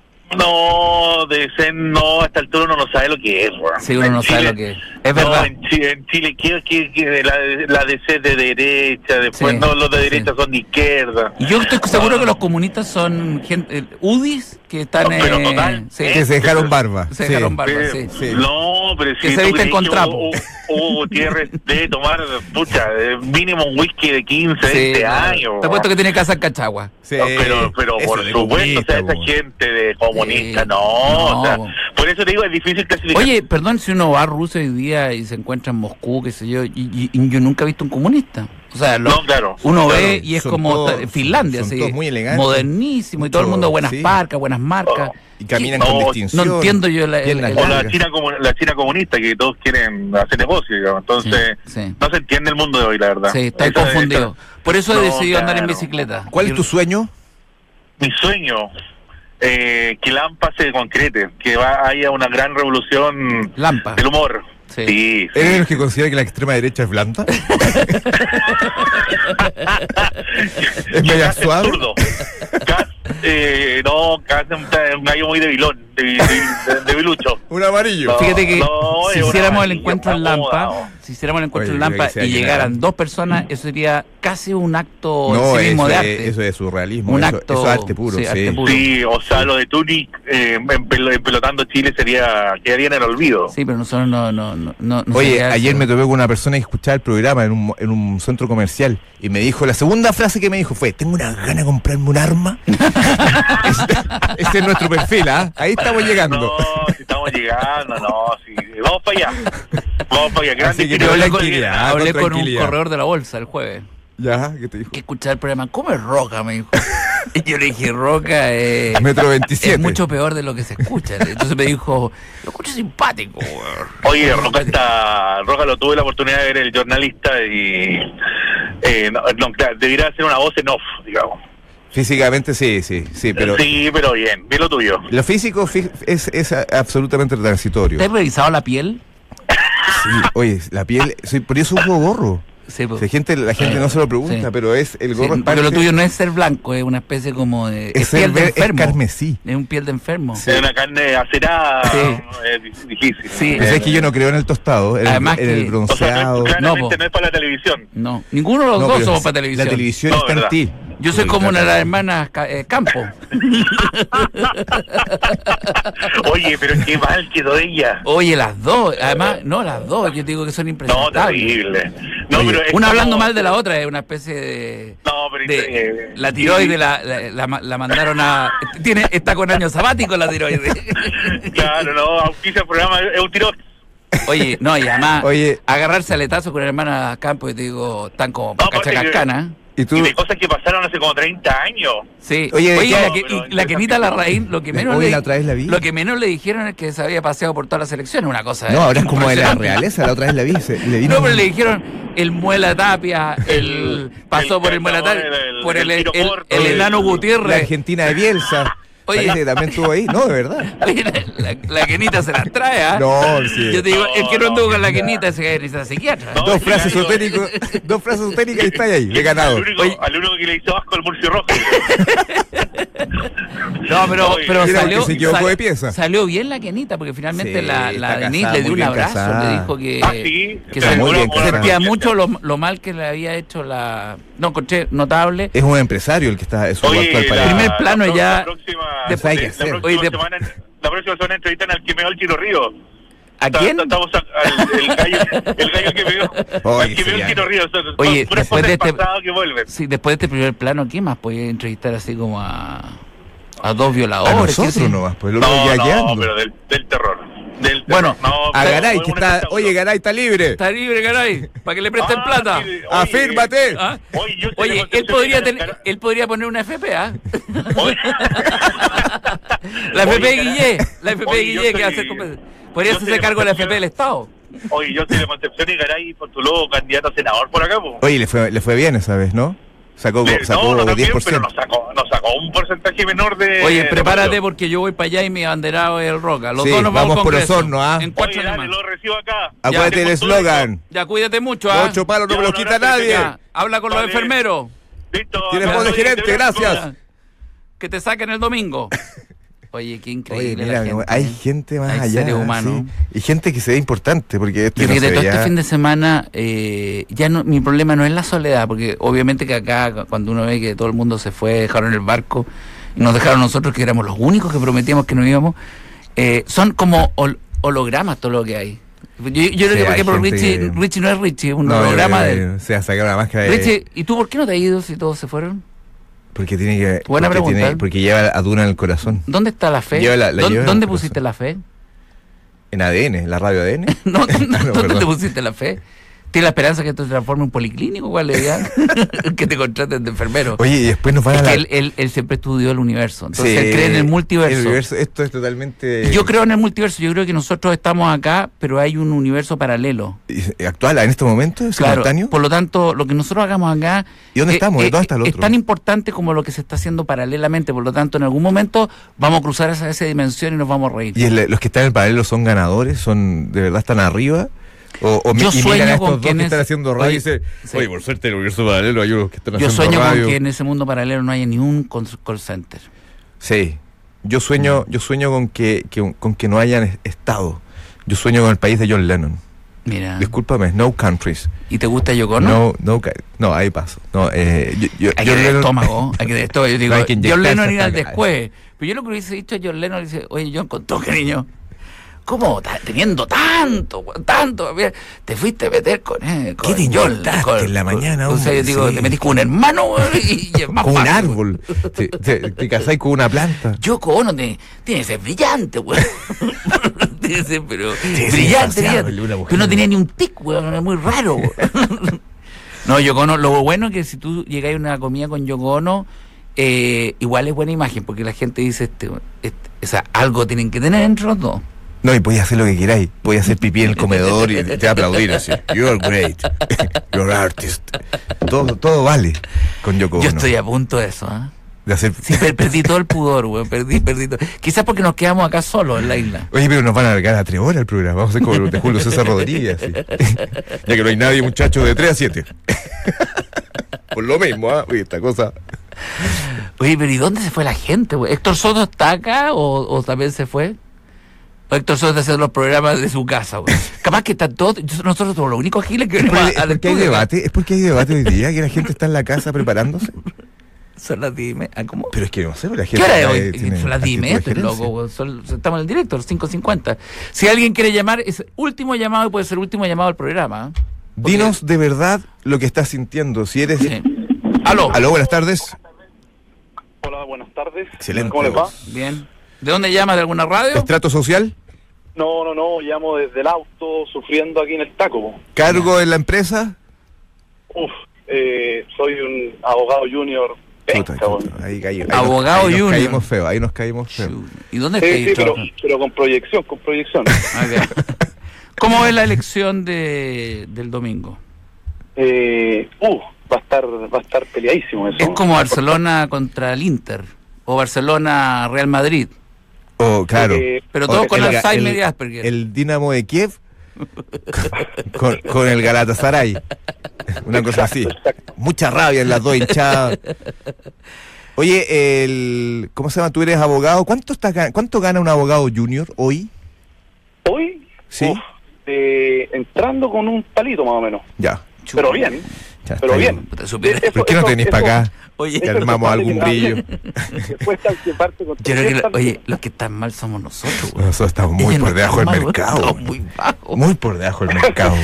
[SPEAKER 4] No, de ser no, a esta altura uno no sabe lo que es, weón.
[SPEAKER 1] Sí, uno
[SPEAKER 4] En
[SPEAKER 1] no sabe
[SPEAKER 4] Chile-
[SPEAKER 1] lo que es. Es
[SPEAKER 4] no,
[SPEAKER 1] verdad.
[SPEAKER 4] En Chile, en Chile ¿qué, qué- qué- la, la de ser de derecha, después
[SPEAKER 1] Sí,
[SPEAKER 4] no, los de
[SPEAKER 1] sí.
[SPEAKER 4] derecha son de izquierda.
[SPEAKER 1] Y yo estoy seguro que los comunistas son gente, eh, UDIs que están.
[SPEAKER 4] No, pero
[SPEAKER 1] eh,
[SPEAKER 4] total,
[SPEAKER 1] sí,
[SPEAKER 4] ¿eh?
[SPEAKER 2] Que se dejaron barba.
[SPEAKER 1] se
[SPEAKER 2] sí.
[SPEAKER 1] dejaron barba, sí.
[SPEAKER 4] Pero-
[SPEAKER 2] sí.
[SPEAKER 4] Eh, No, pero si
[SPEAKER 1] Que se
[SPEAKER 4] tú
[SPEAKER 1] visten
[SPEAKER 4] crees
[SPEAKER 1] con
[SPEAKER 4] que
[SPEAKER 1] trapo.
[SPEAKER 4] Hugo- Hugo
[SPEAKER 1] [laughs]
[SPEAKER 4] Gutiérrez debe tomar, pucha, eh, mínimo un whisky de 15,
[SPEAKER 1] Sí,
[SPEAKER 4] 20
[SPEAKER 1] no,
[SPEAKER 4] años.
[SPEAKER 1] Te apuesto que tiene casa en Cachagua.
[SPEAKER 2] Sí.
[SPEAKER 4] No, pero pero
[SPEAKER 2] Eso
[SPEAKER 4] por
[SPEAKER 2] de
[SPEAKER 4] supuesto, o sea,
[SPEAKER 2] comunista,
[SPEAKER 4] esa
[SPEAKER 2] po.
[SPEAKER 4] gente de comunista,
[SPEAKER 1] Sí,
[SPEAKER 4] no.
[SPEAKER 1] no,
[SPEAKER 4] o sea,
[SPEAKER 1] po.
[SPEAKER 4] por eso te digo, es difícil clasificar.
[SPEAKER 1] Oye, perdón si uno va a Rusia hoy día y se encuentra en Moscú, qué sé yo, y, y- y yo nunca he visto un comunista. O sea, lo-
[SPEAKER 4] no, claro.
[SPEAKER 1] uno
[SPEAKER 2] Claro,
[SPEAKER 1] ve y es
[SPEAKER 2] son
[SPEAKER 1] como
[SPEAKER 2] todos-
[SPEAKER 1] ta- Finlandia,
[SPEAKER 2] son
[SPEAKER 1] así,
[SPEAKER 2] todos muy elegantes.
[SPEAKER 1] modernísimo y todo el
[SPEAKER 2] Mucho-
[SPEAKER 1] mundo buenas
[SPEAKER 2] sí.
[SPEAKER 1] parcas, buenas marcas.
[SPEAKER 2] Y caminan
[SPEAKER 4] No,
[SPEAKER 2] con
[SPEAKER 4] no
[SPEAKER 1] No
[SPEAKER 2] distinción.
[SPEAKER 1] entiendo yo la,
[SPEAKER 2] Piernas
[SPEAKER 1] el-
[SPEAKER 4] O
[SPEAKER 1] el-
[SPEAKER 4] la
[SPEAKER 2] Claro.
[SPEAKER 4] China, comu- la China comunista, que todos quieren hacer negocio, digamos.
[SPEAKER 1] Sí,
[SPEAKER 4] Entonces,
[SPEAKER 1] sí.
[SPEAKER 4] no se entiende el mundo de hoy, la verdad.
[SPEAKER 1] Sí, está
[SPEAKER 4] Eso es-
[SPEAKER 1] confundido. Por eso he
[SPEAKER 4] No,
[SPEAKER 1] decidido andar en
[SPEAKER 4] claro.
[SPEAKER 1] bicicleta.
[SPEAKER 2] ¿Cuál es
[SPEAKER 1] Yo-
[SPEAKER 2] tu sueño?
[SPEAKER 4] mi sueño eh, que Lampa se concrete, que va, haya una gran revolución
[SPEAKER 1] Lampa.
[SPEAKER 4] del humor.
[SPEAKER 1] Ah. Sí.
[SPEAKER 4] Sí. sí.
[SPEAKER 2] ¿Eres de los que considera que la extrema derecha es blanda? [laughs]
[SPEAKER 1] Eh,
[SPEAKER 2] ¿Es
[SPEAKER 4] Que
[SPEAKER 2] media
[SPEAKER 4] Kast
[SPEAKER 2] suave?
[SPEAKER 4] zurdo. Kast, eh, no, Kast es un- un gallo muy debilón, de, de, de- debilucho.
[SPEAKER 2] Un amarillo.
[SPEAKER 4] No.
[SPEAKER 1] Fíjate que
[SPEAKER 4] no,
[SPEAKER 1] si
[SPEAKER 4] es una
[SPEAKER 1] hiciéramos el
[SPEAKER 4] maravilla,
[SPEAKER 1] encuentro en
[SPEAKER 4] está
[SPEAKER 1] Lampa,
[SPEAKER 4] acomodado.
[SPEAKER 1] si hiciéramos el encuentro
[SPEAKER 2] Oye,
[SPEAKER 1] en
[SPEAKER 2] yo creo
[SPEAKER 1] Lampa
[SPEAKER 2] que se va
[SPEAKER 1] y
[SPEAKER 2] a llenar.
[SPEAKER 1] llegaran dos personas, eso sería casi un acto en
[SPEAKER 2] No,
[SPEAKER 1] sí mismo
[SPEAKER 2] eso,
[SPEAKER 1] de
[SPEAKER 2] es,
[SPEAKER 1] arte.
[SPEAKER 2] eso es surrealismo.
[SPEAKER 1] Un
[SPEAKER 2] eso,
[SPEAKER 1] acto-
[SPEAKER 2] eso es arte puro.
[SPEAKER 1] sí,
[SPEAKER 2] Sí,
[SPEAKER 1] arte puro.
[SPEAKER 4] Sí, o sea, lo de Tunic eh, empel- empelotando Chile sería quedaría en el olvido.
[SPEAKER 1] Sí, pero nosotros no, no, no, no, no
[SPEAKER 2] Oye,
[SPEAKER 1] sería
[SPEAKER 2] ayer
[SPEAKER 1] eso.
[SPEAKER 2] me topé con una persona que escuchaba el programa en un, en un centro comercial y me dijo, la segunda frase que me dijo fue, tengo una gana de comprarme
[SPEAKER 1] [laughs]
[SPEAKER 2] un arma. este, este es nuestro perfil, ¿ah? Ahí estamos llegando.
[SPEAKER 4] No, si estamos llegando, no, sí. Vamos para allá. Vamos para allá.
[SPEAKER 2] Así que
[SPEAKER 4] Grande
[SPEAKER 1] Yo
[SPEAKER 4] Chile.
[SPEAKER 1] hablé,
[SPEAKER 2] Con
[SPEAKER 1] con,
[SPEAKER 2] tranquilidad, ah, con
[SPEAKER 1] hablé con un
[SPEAKER 2] tranquilidad.
[SPEAKER 1] corredor de la bolsa el jueves.
[SPEAKER 2] Ya, ¿qué te dijo?
[SPEAKER 1] Que escuchaba el programa, ¿cómo es Roca? Me dijo. Y yo le dije, Roca eh,
[SPEAKER 2] Metro
[SPEAKER 1] es
[SPEAKER 2] 27.
[SPEAKER 1] mucho peor de lo que se escucha. Entonces me dijo, lo escucho simpático. weón".
[SPEAKER 4] Oye, Roca, está, Roca lo tuve la oportunidad de ver el jornalista y eh, no, no, claro, debería ser una voz en off, digamos.
[SPEAKER 2] Físicamente sí, sí, sí, pero
[SPEAKER 4] Sí, pero bien, bien lo tuyo.
[SPEAKER 2] lo físico fi- es, es a- absolutamente transitorio.
[SPEAKER 1] ¿Te has revisado la piel?
[SPEAKER 2] Sí, oye, la piel, sí, por eso uso gorro.
[SPEAKER 1] Sí, po.
[SPEAKER 2] La gente, la gente no se lo pregunta,
[SPEAKER 1] Sí.
[SPEAKER 2] pero es el
[SPEAKER 1] Sí,
[SPEAKER 2] gorro es
[SPEAKER 1] porque lo
[SPEAKER 2] parte-
[SPEAKER 1] tuyo no es ser blanco, es una especie como de.
[SPEAKER 2] es, ser
[SPEAKER 1] piel de
[SPEAKER 2] ver- es
[SPEAKER 1] enfermo.
[SPEAKER 2] carmesí.
[SPEAKER 1] Es un piel de enfermo.
[SPEAKER 4] Es una carne acerada,
[SPEAKER 1] Sí.
[SPEAKER 4] eh, di- difícil.
[SPEAKER 1] Sí.
[SPEAKER 2] O sea, Pues es que yo no creo en el tostado, en, el-
[SPEAKER 1] Además
[SPEAKER 2] en el
[SPEAKER 1] que-
[SPEAKER 4] O sea, no
[SPEAKER 2] bronceado.
[SPEAKER 4] es- claramente
[SPEAKER 1] No, po.
[SPEAKER 4] no, es para la televisión.
[SPEAKER 1] No, ninguno de los
[SPEAKER 2] No,
[SPEAKER 1] dos
[SPEAKER 2] pero
[SPEAKER 1] somos para
[SPEAKER 2] La
[SPEAKER 1] televisión.
[SPEAKER 2] televisión
[SPEAKER 4] No,
[SPEAKER 2] está en
[SPEAKER 4] verdad.
[SPEAKER 2] ti.
[SPEAKER 1] Yo soy como una de las hermanas Ca- eh, Campo.
[SPEAKER 4] Oye, pero qué mal quedó ella.
[SPEAKER 1] Oye, las dos, además, no, las dos, yo te digo que son
[SPEAKER 4] No,
[SPEAKER 1] impresionantes.
[SPEAKER 4] terrible. No,
[SPEAKER 2] Oye,
[SPEAKER 4] pero es
[SPEAKER 1] una
[SPEAKER 4] como-
[SPEAKER 1] hablando mal de la otra, es una especie de...
[SPEAKER 4] No, pero
[SPEAKER 1] de-
[SPEAKER 4] eh,
[SPEAKER 1] la
[SPEAKER 4] sí,
[SPEAKER 1] tiroide la, la, la ma- la mandaron a... Tiene, está con año sabático la
[SPEAKER 4] [laughs]
[SPEAKER 1] tiroide.
[SPEAKER 4] Claro, no, auspicia el programa es un tirón.
[SPEAKER 1] Oye, no, y además,
[SPEAKER 2] Oye.
[SPEAKER 1] agarrarse aletazo con la hermana Campo, y te digo, tan como
[SPEAKER 4] No, aparte
[SPEAKER 1] cachacascana.
[SPEAKER 2] Y tú,
[SPEAKER 4] Y de cosas que pasaron hace como 30 años.
[SPEAKER 1] Sí.
[SPEAKER 2] Oye,
[SPEAKER 1] Oye,
[SPEAKER 2] ¿de
[SPEAKER 1] y
[SPEAKER 2] qué-
[SPEAKER 1] la, que,
[SPEAKER 4] No,
[SPEAKER 1] y la Kenita Larraín, lo que
[SPEAKER 2] De-
[SPEAKER 1] menos
[SPEAKER 2] oye,
[SPEAKER 1] le,
[SPEAKER 2] la otra vez la vi.
[SPEAKER 1] lo que menos le dijeron es que se había paseado por todas las elecciones, una cosa.
[SPEAKER 2] no,
[SPEAKER 1] eh,
[SPEAKER 2] ahora es como de la
[SPEAKER 1] impresionante.
[SPEAKER 2] realeza, la otra vez la vi. se- le vino
[SPEAKER 1] No, pero
[SPEAKER 2] un-
[SPEAKER 1] le dijeron el Muela Tapia, el
[SPEAKER 4] El-
[SPEAKER 1] pasó
[SPEAKER 4] el
[SPEAKER 1] por el Muela
[SPEAKER 4] Cartamón,
[SPEAKER 1] Tapia,
[SPEAKER 4] el-
[SPEAKER 1] por el, el,
[SPEAKER 4] el tiro corto,
[SPEAKER 1] el
[SPEAKER 4] el-
[SPEAKER 1] enano
[SPEAKER 2] la
[SPEAKER 1] Gutiérrez.
[SPEAKER 2] Argentina de Bielsa.
[SPEAKER 1] Oye.
[SPEAKER 2] Parece que también estuvo ahí. No, de verdad.
[SPEAKER 1] Oye, [laughs] La, la- la Kenita se las trae, ¿ah?
[SPEAKER 2] No, sí.
[SPEAKER 1] Yo te digo,
[SPEAKER 4] No,
[SPEAKER 1] el que no
[SPEAKER 4] no,
[SPEAKER 1] anduvo con la
[SPEAKER 4] no.
[SPEAKER 1] Kenita se necesita psiquiatra.
[SPEAKER 4] No,
[SPEAKER 2] Dos
[SPEAKER 4] sí,
[SPEAKER 2] frases
[SPEAKER 4] algo.
[SPEAKER 2] esotéricas, dos frases esotéricas y está ahí, de ganado.
[SPEAKER 4] Al único,
[SPEAKER 1] Oye.
[SPEAKER 4] al único que le hizo asco el Murcio Rojo.
[SPEAKER 1] [laughs] No, pero,
[SPEAKER 4] Oye,
[SPEAKER 1] pero
[SPEAKER 2] mira,
[SPEAKER 1] salió,
[SPEAKER 2] que se equivocó de pieza.
[SPEAKER 1] salió bien la Kenita, porque finalmente
[SPEAKER 2] Sí,
[SPEAKER 1] la, la
[SPEAKER 2] está
[SPEAKER 1] Denise
[SPEAKER 2] casada,
[SPEAKER 1] le dio
[SPEAKER 2] muy
[SPEAKER 1] un
[SPEAKER 2] bien
[SPEAKER 1] abrazo, le
[SPEAKER 2] casada.
[SPEAKER 1] dijo que,
[SPEAKER 4] Ah, sí.
[SPEAKER 1] eh, que
[SPEAKER 2] Está
[SPEAKER 1] se-
[SPEAKER 2] muy bien
[SPEAKER 1] sentía
[SPEAKER 2] casada.
[SPEAKER 1] mucho lo, lo mal que le había hecho la... No, encontré notable.
[SPEAKER 2] Es un empresario el que está es su actual
[SPEAKER 4] Oye,
[SPEAKER 2] pareja.
[SPEAKER 4] la-
[SPEAKER 1] Primer plano
[SPEAKER 4] la pro-
[SPEAKER 1] ya-
[SPEAKER 4] La próxima,
[SPEAKER 1] Después
[SPEAKER 2] hay que
[SPEAKER 4] la
[SPEAKER 2] hacer.
[SPEAKER 4] próxima
[SPEAKER 1] Oye, de-
[SPEAKER 4] semana, la próxima semana entrevistan al que me dio el Chino Río.
[SPEAKER 1] ¿A
[SPEAKER 4] Está-
[SPEAKER 1] quién?
[SPEAKER 4] está- Estamos a- al, el, gallo, el gallo que me dio,
[SPEAKER 2] Oye,
[SPEAKER 4] al que me dio
[SPEAKER 2] sería-
[SPEAKER 4] el Chino Río. Son- son
[SPEAKER 1] Oye,
[SPEAKER 4] puras
[SPEAKER 1] después de
[SPEAKER 4] cosas del
[SPEAKER 1] este-
[SPEAKER 4] pasado que vuelven.
[SPEAKER 1] Sí, después de este primer plano, ¿qué más? Podía entrevistar así como a, a dos
[SPEAKER 2] A
[SPEAKER 1] violadores. ¿qué
[SPEAKER 2] nosotros
[SPEAKER 1] sé?
[SPEAKER 2] nomás, pues lo
[SPEAKER 4] No,
[SPEAKER 2] ya
[SPEAKER 4] no,
[SPEAKER 2] quedando.
[SPEAKER 4] pero del, del terror. Del terror.
[SPEAKER 1] Bueno,
[SPEAKER 4] No,
[SPEAKER 2] A
[SPEAKER 4] pero
[SPEAKER 2] Garay,
[SPEAKER 4] fue
[SPEAKER 2] que
[SPEAKER 4] un
[SPEAKER 2] está.
[SPEAKER 4] espectáculo.
[SPEAKER 2] Oye, Garay está libre.
[SPEAKER 1] Está libre, caray, para que le presten
[SPEAKER 4] Ah,
[SPEAKER 1] plata.
[SPEAKER 4] sí, oye,
[SPEAKER 2] Afírmate. [laughs]
[SPEAKER 1] ¿Ah?
[SPEAKER 4] Oye, yo tenía
[SPEAKER 1] Oye, él
[SPEAKER 2] este
[SPEAKER 4] concepción
[SPEAKER 1] podría,
[SPEAKER 4] de que
[SPEAKER 1] tener-
[SPEAKER 4] era-
[SPEAKER 1] él podría poner una FP, ¿ah?
[SPEAKER 4] [laughs] Oye.
[SPEAKER 1] La
[SPEAKER 4] Oye,
[SPEAKER 1] FP de
[SPEAKER 4] caray.
[SPEAKER 1] Guillé, la FP de
[SPEAKER 4] Oye, yo
[SPEAKER 1] Guillé que
[SPEAKER 4] soy-
[SPEAKER 1] va a hacer compens- Podría
[SPEAKER 4] yo soy
[SPEAKER 1] hacerse
[SPEAKER 4] de
[SPEAKER 1] cargo de la
[SPEAKER 4] Concepción.
[SPEAKER 1] FP del Estado.
[SPEAKER 4] Oye, yo soy de Concepción y Garay postuló candidato a senador por acá, po.
[SPEAKER 2] Oye, le fue, le fue bien esa vez, ¿no? Sacó,
[SPEAKER 4] Sí,
[SPEAKER 2] sacó
[SPEAKER 4] no, no, también,
[SPEAKER 2] 10%.
[SPEAKER 4] pero nos sacó, nos sacó un porcentaje menor de.
[SPEAKER 1] Oye,
[SPEAKER 4] de
[SPEAKER 1] prepárate
[SPEAKER 4] votación.
[SPEAKER 1] porque yo voy para allá y mi abanderado es el Roca. Los
[SPEAKER 2] Sí,
[SPEAKER 1] dos nos vamos,
[SPEAKER 2] vamos
[SPEAKER 1] al
[SPEAKER 2] por los
[SPEAKER 1] Congreso.
[SPEAKER 2] hornos, ¿ah?
[SPEAKER 1] En cuatro
[SPEAKER 4] Oye, dale,
[SPEAKER 1] nomás.
[SPEAKER 4] lo recibo acá.
[SPEAKER 2] Acuérdate
[SPEAKER 4] Ya,
[SPEAKER 2] del
[SPEAKER 4] te postula,
[SPEAKER 2] eslogan.
[SPEAKER 1] Ya cuídate mucho,
[SPEAKER 2] Los
[SPEAKER 1] ¿ah?
[SPEAKER 2] ocho palos no
[SPEAKER 4] Ya,
[SPEAKER 2] me los
[SPEAKER 4] un
[SPEAKER 2] quita
[SPEAKER 4] abrazo,
[SPEAKER 2] nadie.
[SPEAKER 1] Ya, habla con los
[SPEAKER 4] Vale.
[SPEAKER 1] enfermeros.
[SPEAKER 4] Listo,
[SPEAKER 2] Tienes
[SPEAKER 4] acá
[SPEAKER 2] voz de
[SPEAKER 4] estoy,
[SPEAKER 2] gerente,
[SPEAKER 4] te veo.
[SPEAKER 2] gracias.
[SPEAKER 1] Que te saquen el
[SPEAKER 2] [laughs]
[SPEAKER 1] domingo. Oye, qué increíble.
[SPEAKER 2] Oye,
[SPEAKER 1] la
[SPEAKER 2] mira,
[SPEAKER 1] gente,
[SPEAKER 2] hay
[SPEAKER 1] ¿eh?
[SPEAKER 2] gente más
[SPEAKER 1] Hay
[SPEAKER 2] allá.
[SPEAKER 1] seres humanos.
[SPEAKER 2] sí. Y gente que se ve importante, porque este
[SPEAKER 1] Yo
[SPEAKER 2] no
[SPEAKER 1] fíjate,
[SPEAKER 2] se
[SPEAKER 1] todo este
[SPEAKER 2] veía-
[SPEAKER 1] fin de semana, eh, ya no, mi problema no es la soledad, porque obviamente que acá, cu- cuando uno ve que todo el mundo se fue, dejaron el barco, y nos dejaron nosotros, que éramos los únicos que prometíamos que no íbamos, eh, son como hol- hologramas todo lo que hay. Yo, yo creo
[SPEAKER 2] Sí,
[SPEAKER 1] que porque
[SPEAKER 2] hay
[SPEAKER 1] por
[SPEAKER 2] gente
[SPEAKER 1] Richie,
[SPEAKER 2] que-
[SPEAKER 1] Richie no es Richie, es un
[SPEAKER 2] No,
[SPEAKER 1] holograma
[SPEAKER 2] eh,
[SPEAKER 1] de
[SPEAKER 2] Se ha sacado la máscara de.
[SPEAKER 1] Richie, ¿y tú por qué no te has ido si todos se fueron?
[SPEAKER 2] Porque tiene que.
[SPEAKER 1] Buena
[SPEAKER 2] porque
[SPEAKER 1] pregunta. ¿eh?
[SPEAKER 2] tiene- porque lleva a Duna en el corazón.
[SPEAKER 1] ¿Dónde está la fe?
[SPEAKER 2] Lleva la- la
[SPEAKER 1] ¿Dó-
[SPEAKER 2] lleva en el
[SPEAKER 1] ¿Dónde
[SPEAKER 2] corazón.
[SPEAKER 1] pusiste la
[SPEAKER 2] [laughs]
[SPEAKER 1] fe?
[SPEAKER 2] En ADN, en la radio ADN.
[SPEAKER 1] [laughs] No, ¿dónde,
[SPEAKER 2] [laughs] No,
[SPEAKER 1] dónde
[SPEAKER 2] perdón.
[SPEAKER 1] te pusiste la fe? ¿Tienes la esperanza que esto se transforme en un policlínico? ¿Cuál es [laughs]
[SPEAKER 2] [laughs]
[SPEAKER 1] ya? que te contraten de enfermero.
[SPEAKER 2] Oye, y después nos van
[SPEAKER 1] es
[SPEAKER 2] a la.
[SPEAKER 1] que él, él- él siempre estudió el universo. Entonces
[SPEAKER 2] Sí,
[SPEAKER 1] él cree en el multiverso.
[SPEAKER 2] el universo, esto es totalmente.
[SPEAKER 1] Yo creo en el multiverso. Yo creo que nosotros estamos acá, pero hay un universo paralelo.
[SPEAKER 2] y- Actual, en este momento,
[SPEAKER 1] Claro.
[SPEAKER 2] simultáneo.
[SPEAKER 1] Por lo tanto, lo que nosotros hagamos acá.
[SPEAKER 2] ¿Y dónde
[SPEAKER 1] eh,
[SPEAKER 2] estamos?
[SPEAKER 1] eh,
[SPEAKER 2] ¿Dónde está el
[SPEAKER 1] Es
[SPEAKER 2] otro?
[SPEAKER 1] tan importante como lo que se está haciendo paralelamente. Por lo tanto, en algún momento vamos a cruzar esa, esa dimensión y nos vamos a reír.
[SPEAKER 2] ¿Y el- los que están en el paralelo son ganadores? ¿Son de verdad están arriba? ¿O, o mi-
[SPEAKER 1] Yo
[SPEAKER 2] y
[SPEAKER 1] sueño
[SPEAKER 2] miran a estos
[SPEAKER 1] con
[SPEAKER 2] dos
[SPEAKER 1] quienes-
[SPEAKER 2] que están haciendo radio
[SPEAKER 1] Oye,
[SPEAKER 2] y dicen,
[SPEAKER 1] sí.
[SPEAKER 2] oye, por suerte en el universo paralelo hay unos que están
[SPEAKER 1] Yo
[SPEAKER 2] haciendo
[SPEAKER 1] sueño
[SPEAKER 2] radio?
[SPEAKER 1] con que en ese mundo paralelo no haya ni un cons- call center.
[SPEAKER 2] Sí, yo sueño,
[SPEAKER 1] Mm.
[SPEAKER 2] yo sueño con, que, que- con que no hayan es- estado. Yo sueño con el país de John Lennon.
[SPEAKER 1] Mira.
[SPEAKER 2] Discúlpame, no countries.
[SPEAKER 1] ¿Y te gusta Yoko Ono?
[SPEAKER 2] No, no, ca- no, ahí paso. No, eh, yo, yo-
[SPEAKER 1] Hay que
[SPEAKER 2] John
[SPEAKER 1] tener
[SPEAKER 2] Lennon-
[SPEAKER 1] estómago,
[SPEAKER 2] [laughs]
[SPEAKER 1] hay que tener estómago. Yo digo,
[SPEAKER 2] hay que inyectarse
[SPEAKER 1] John Lennon ir
[SPEAKER 2] hasta
[SPEAKER 1] al
[SPEAKER 2] acá.
[SPEAKER 1] después. Pero yo lo que hubiese dicho a John Lennon, le dice, oye, John, con todo cariño, ¿cómo ta- teniendo tanto, weón, tanto? mira, Te fuiste a meter con, eh, con
[SPEAKER 2] te
[SPEAKER 1] John.
[SPEAKER 2] inyectaste en la mañana,
[SPEAKER 1] O sea, yo
[SPEAKER 2] hombre?
[SPEAKER 1] digo,
[SPEAKER 2] Sí.
[SPEAKER 1] te metís con un hermano weón, y,
[SPEAKER 2] [laughs]
[SPEAKER 1] y es más
[SPEAKER 2] con un
[SPEAKER 1] fácil, weón.
[SPEAKER 2] árbol. Te, te- te casáis con una planta.
[SPEAKER 1] Yoko Ono tiene, tiene que ser brillante, weón. [laughs] tiene que ser, pero
[SPEAKER 2] es
[SPEAKER 1] brillante,
[SPEAKER 2] insaciable,
[SPEAKER 1] brillante.
[SPEAKER 2] una mujer.
[SPEAKER 1] Que no tenía ni un tic, weón, era muy raro, weón. No, Yoko Ono, lo bueno es que si tú llegas a una comida con Yoko Ono, eh, igual es buena imagen, porque la gente dice, este, este- o sea, algo tienen que tener entre los dos.
[SPEAKER 2] No, y podía hacer lo que queráis. Podía hacer pipí en el comedor y te va a aplaudir así. You're great. You're artist. Todo, todo vale con Yoko
[SPEAKER 1] Yo
[SPEAKER 2] Ono.
[SPEAKER 1] estoy a punto de eso, ¿ah?
[SPEAKER 2] de hacer.
[SPEAKER 1] Sí, per- perdí todo el pudor, weón. Perdí, perdí todo. Quizás porque nos quedamos acá solos en la isla.
[SPEAKER 2] Oye, pero nos van a alargar a tres horas el programa. Vamos a hacer como los de Julio César Rodríguez. así. ya que no hay nadie, muchachos, de 3 a 7. Por lo mismo, ¿ah? Oye, esta cosa.
[SPEAKER 1] Oye, pero ¿y dónde se fue la gente, weón? ¿Héctor Soto está acá o, o también se fue? O Héctor Soto está haciendo los programas de su casa,
[SPEAKER 2] [laughs]
[SPEAKER 1] weón. Capaz que están todos. Nosotros somos los únicos giles que
[SPEAKER 2] ¿Es
[SPEAKER 1] venimos
[SPEAKER 2] porque,
[SPEAKER 1] a-
[SPEAKER 2] es
[SPEAKER 1] al
[SPEAKER 2] porque hay
[SPEAKER 1] estudio, weón.
[SPEAKER 2] debate? ¿Es porque hay debate hoy día? ¿Que la gente está en la casa preparándose?
[SPEAKER 1] Son las dime. ah, ¿Cómo?
[SPEAKER 2] Pero es que no sé, la gente.
[SPEAKER 1] ¿Qué hora es
[SPEAKER 2] eh,
[SPEAKER 1] hoy?
[SPEAKER 2] tiene
[SPEAKER 1] Son las 10 y media,
[SPEAKER 2] actitud de
[SPEAKER 1] estoy loco.
[SPEAKER 2] gerencia.
[SPEAKER 1] weón. Son- estamos en el directo, las 5.50. Si alguien quiere llamar, es último llamado, puede ser último llamado al programa. ¿eh? Porque-
[SPEAKER 2] Dinos de verdad lo que estás sintiendo. Si eres.
[SPEAKER 1] Sí. Aló.
[SPEAKER 2] Aló, buenas tardes.
[SPEAKER 4] Hola, buenas tardes.
[SPEAKER 2] Excelente.
[SPEAKER 4] ¿Cómo les va?
[SPEAKER 1] Bien. ¿De dónde llama? ¿De alguna radio?
[SPEAKER 2] Estrato social,
[SPEAKER 4] No, no, no, llamo desde el auto sufriendo aquí en el taco. po.
[SPEAKER 2] cargo en la empresa.
[SPEAKER 4] Uf, eh, soy un abogado junior.
[SPEAKER 2] Puta,
[SPEAKER 4] penca, po.
[SPEAKER 2] chuta, ahí cayó. ahí
[SPEAKER 1] Abogado
[SPEAKER 2] nos, ahí
[SPEAKER 1] junior.
[SPEAKER 2] Nos caímos feo, ahí nos caímos feo.
[SPEAKER 1] Chu- ¿Y dónde está
[SPEAKER 4] Sí, sí, pero,
[SPEAKER 1] ahí,
[SPEAKER 4] pero con proyección, con proyección. [laughs]
[SPEAKER 1] Trump? Ok. Ah, ¿Cómo es la elección de, del domingo?
[SPEAKER 4] Eh, uh, va a estar, va a estar peleadísimo eso.
[SPEAKER 1] Es como Barcelona contra el Inter o Barcelona Real Madrid.
[SPEAKER 2] Oh, claro.
[SPEAKER 4] Eh,
[SPEAKER 1] Pero todos
[SPEAKER 2] O-
[SPEAKER 1] con
[SPEAKER 2] el-
[SPEAKER 1] Alzheimer
[SPEAKER 2] el-
[SPEAKER 1] y Asperger.
[SPEAKER 2] El Dinamo
[SPEAKER 1] [laughs]
[SPEAKER 2] de Kiev con, con el Galatasaray. Una cosa así. Mucha rabia en las dos hinchadas. Oye, el, ¿cómo se llama? Tú eres abogado. ¿Cuánto, estás, gan- ¿Cuánto gana un abogado junior hoy?
[SPEAKER 4] Hoy,
[SPEAKER 2] Sí.
[SPEAKER 4] uf, eh, entrando con un palito más o menos.
[SPEAKER 2] Ya.
[SPEAKER 1] Chu-
[SPEAKER 4] Pero bien,
[SPEAKER 2] ya
[SPEAKER 4] pero
[SPEAKER 2] está
[SPEAKER 4] bien.
[SPEAKER 1] Puta, supiera-
[SPEAKER 4] Eso-
[SPEAKER 2] ¿Por qué no
[SPEAKER 4] eso-
[SPEAKER 2] te venís para
[SPEAKER 4] eso-
[SPEAKER 2] acá?
[SPEAKER 1] Oye,
[SPEAKER 2] Te
[SPEAKER 4] eso es lo
[SPEAKER 2] armamos
[SPEAKER 4] que
[SPEAKER 2] algún
[SPEAKER 4] pasa que
[SPEAKER 2] brillo.
[SPEAKER 4] [laughs] Después tal que parte con
[SPEAKER 1] yo creo que, la-
[SPEAKER 4] tal-
[SPEAKER 1] oye, los que están mal somos nosotros. güey.
[SPEAKER 2] Nosotros estamos muy
[SPEAKER 1] Ellos no
[SPEAKER 2] por debajo del
[SPEAKER 1] están mal, güey,
[SPEAKER 2] mercado.
[SPEAKER 1] estamos
[SPEAKER 2] güey.
[SPEAKER 1] Muy bajo.
[SPEAKER 2] Muy por debajo del mercado. [laughs]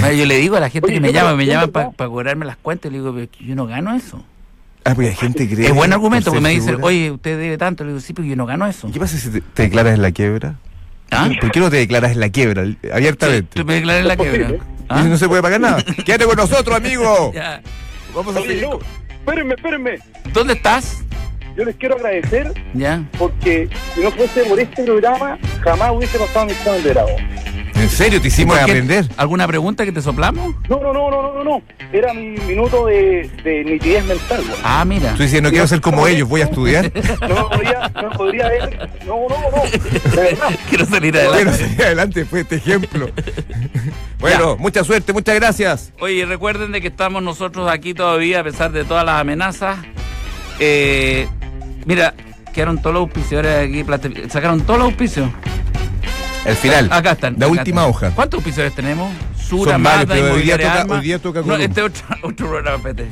[SPEAKER 2] güey.
[SPEAKER 1] Yo le digo a la gente
[SPEAKER 4] Oye,
[SPEAKER 1] que me
[SPEAKER 4] yo
[SPEAKER 1] llama,
[SPEAKER 4] no
[SPEAKER 1] me
[SPEAKER 4] entiendo,
[SPEAKER 1] llama para
[SPEAKER 4] ¿no?
[SPEAKER 1] cobrarme las cuentas, y le digo, pero es que yo no gano eso.
[SPEAKER 2] Ah, porque la gente cree.
[SPEAKER 1] Es buen argumento,
[SPEAKER 2] por
[SPEAKER 1] porque
[SPEAKER 2] ser
[SPEAKER 1] me dicen,
[SPEAKER 2] figura-
[SPEAKER 1] oye, usted debe tanto, le digo, sí, pero yo no gano eso.
[SPEAKER 2] ¿Qué pasa si te, te declaras en la quiebra?
[SPEAKER 1] ¿Ah?
[SPEAKER 2] ¿Por qué no te declaras en la quiebra l- abiertamente?
[SPEAKER 1] Tú me declaré la quebra. ¿Ah?
[SPEAKER 2] No se puede pagar nada. Quédate con nosotros, amigo.
[SPEAKER 1] [laughs] Ya.
[SPEAKER 2] Vamos a
[SPEAKER 4] Oye,
[SPEAKER 2] seguir.
[SPEAKER 4] no, espérenme, espérenme.
[SPEAKER 1] ¿Dónde estás?
[SPEAKER 4] Yo les quiero agradecer
[SPEAKER 1] Ya.
[SPEAKER 4] porque si no fuese por este programa, jamás hubiese pasado mi examen de grado.
[SPEAKER 2] ¿En serio te hicimos
[SPEAKER 1] ¿Por qué?
[SPEAKER 2] aprender?
[SPEAKER 1] ¿Alguna pregunta que te soplamos?
[SPEAKER 4] No, no, no, no, no, no, no. Era mi minuto de, de nitidez mental, güey.
[SPEAKER 1] Ah, mira.
[SPEAKER 2] Tú dices, no quiero ser como ellos, voy a estudiar.
[SPEAKER 4] No podría, no podría haber. No, no, no. De verdad.
[SPEAKER 1] [laughs] Quiero salir
[SPEAKER 2] [laughs] Quiero
[SPEAKER 1] [laughs] adelante.
[SPEAKER 2] seguir adelante después de
[SPEAKER 1] [laughs]
[SPEAKER 2] este ejemplo. Bueno, mucha suerte, muchas gracias.
[SPEAKER 1] Oye, recuerden de que estamos nosotros aquí todavía a pesar de todas las amenazas. Eh, mira, quedaron todos los auspiciadores aquí, plate- sacaron todos los auspicios.
[SPEAKER 2] El final.
[SPEAKER 1] Acá están.
[SPEAKER 2] La
[SPEAKER 1] acá
[SPEAKER 2] última
[SPEAKER 1] están.
[SPEAKER 2] hoja.
[SPEAKER 1] ¿Cuántos auspiciadores tenemos? Sura,
[SPEAKER 2] Son varios,
[SPEAKER 1] Mata,
[SPEAKER 2] pero hoy día
[SPEAKER 1] Inmobiliaria
[SPEAKER 2] toca-
[SPEAKER 1] Alma.
[SPEAKER 2] hoy día toca
[SPEAKER 1] No,
[SPEAKER 2] columna.
[SPEAKER 1] este otro, [laughs] otro programa,
[SPEAKER 2] [laughs]
[SPEAKER 1] espérate.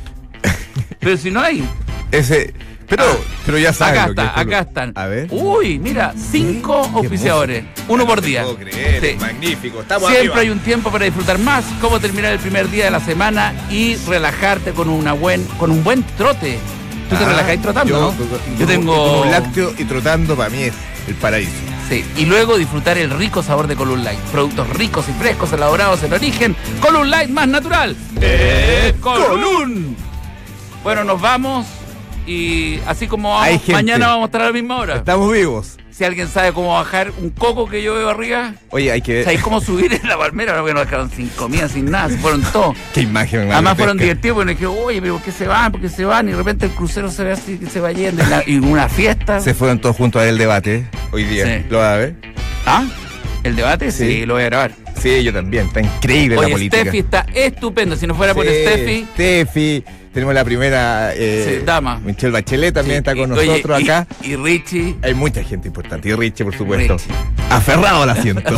[SPEAKER 1] Pero si no hay,
[SPEAKER 2] Ese. Pero, pero ya saben.
[SPEAKER 1] Ah. Acá
[SPEAKER 2] lo que
[SPEAKER 1] está,
[SPEAKER 2] es lo-
[SPEAKER 1] acá están.
[SPEAKER 2] A ver.
[SPEAKER 1] Uy, mira, cinco
[SPEAKER 2] Qué
[SPEAKER 1] auspiciadores. Uno por día.
[SPEAKER 2] No te puedo creer,
[SPEAKER 1] Sí.
[SPEAKER 2] es magnífico. Estamos
[SPEAKER 1] Siempre
[SPEAKER 2] arriba.
[SPEAKER 1] hay un tiempo para disfrutar más, cómo terminar el primer día de la semana y relajarte con una buen, con un buen trote. Tú te
[SPEAKER 2] Ah,
[SPEAKER 1] relajáis trotando,
[SPEAKER 2] yo,
[SPEAKER 1] ¿no?
[SPEAKER 2] yo-
[SPEAKER 1] Yo tengo.
[SPEAKER 2] Un lácteo y trotando para mí es el paraíso.
[SPEAKER 1] Sí, y luego disfrutar el rico sabor de Column Light. Productos ricos y frescos elaborados en origen. Column Light más natural. De Column. Bueno, nos vamos. Y así como vamos,
[SPEAKER 2] Hay gente.
[SPEAKER 1] mañana vamos a estar a la misma hora.
[SPEAKER 2] Estamos vivos.
[SPEAKER 1] Si alguien sabe cómo bajar un coco que yo veo arriba,
[SPEAKER 2] Oye, hay que ver.
[SPEAKER 1] ¿sabéis cómo subir en la palmera? Ahora que nos dejaron sin comida, sin nada, se fueron todos.
[SPEAKER 2] Qué imagen,
[SPEAKER 1] Además fueron
[SPEAKER 2] grotesca.
[SPEAKER 1] divertidos porque nos dijeron, oye, pero ¿por qué se van? ¿Por qué se van? Y de repente el crucero se ve así, que se va yendo. Y, la- y una fiesta.
[SPEAKER 2] Se fueron todos juntos a ver el debate hoy día.
[SPEAKER 1] Sí.
[SPEAKER 2] ¿Lo vas a ver?
[SPEAKER 1] ¿Ah? ¿El debate? Sí,
[SPEAKER 2] Sí.
[SPEAKER 1] lo voy a grabar.
[SPEAKER 2] Sí, yo también. Está increíble la
[SPEAKER 1] Oye,
[SPEAKER 2] política.
[SPEAKER 1] Steffi está estupendo. Si no fuera por
[SPEAKER 2] Sí,
[SPEAKER 1] Steffi,
[SPEAKER 2] Steffi. Tenemos la primera. eh,
[SPEAKER 1] Sí, dama.
[SPEAKER 2] Michelle Bachelet también está con
[SPEAKER 1] y- oye,
[SPEAKER 2] nosotros
[SPEAKER 1] y-
[SPEAKER 2] acá.
[SPEAKER 1] Y, Richie.
[SPEAKER 2] Hay mucha gente importante. Y Richie, por
[SPEAKER 1] [laughs]
[SPEAKER 2] supuesto.
[SPEAKER 1] Richie.
[SPEAKER 2] Aferrado al asiento.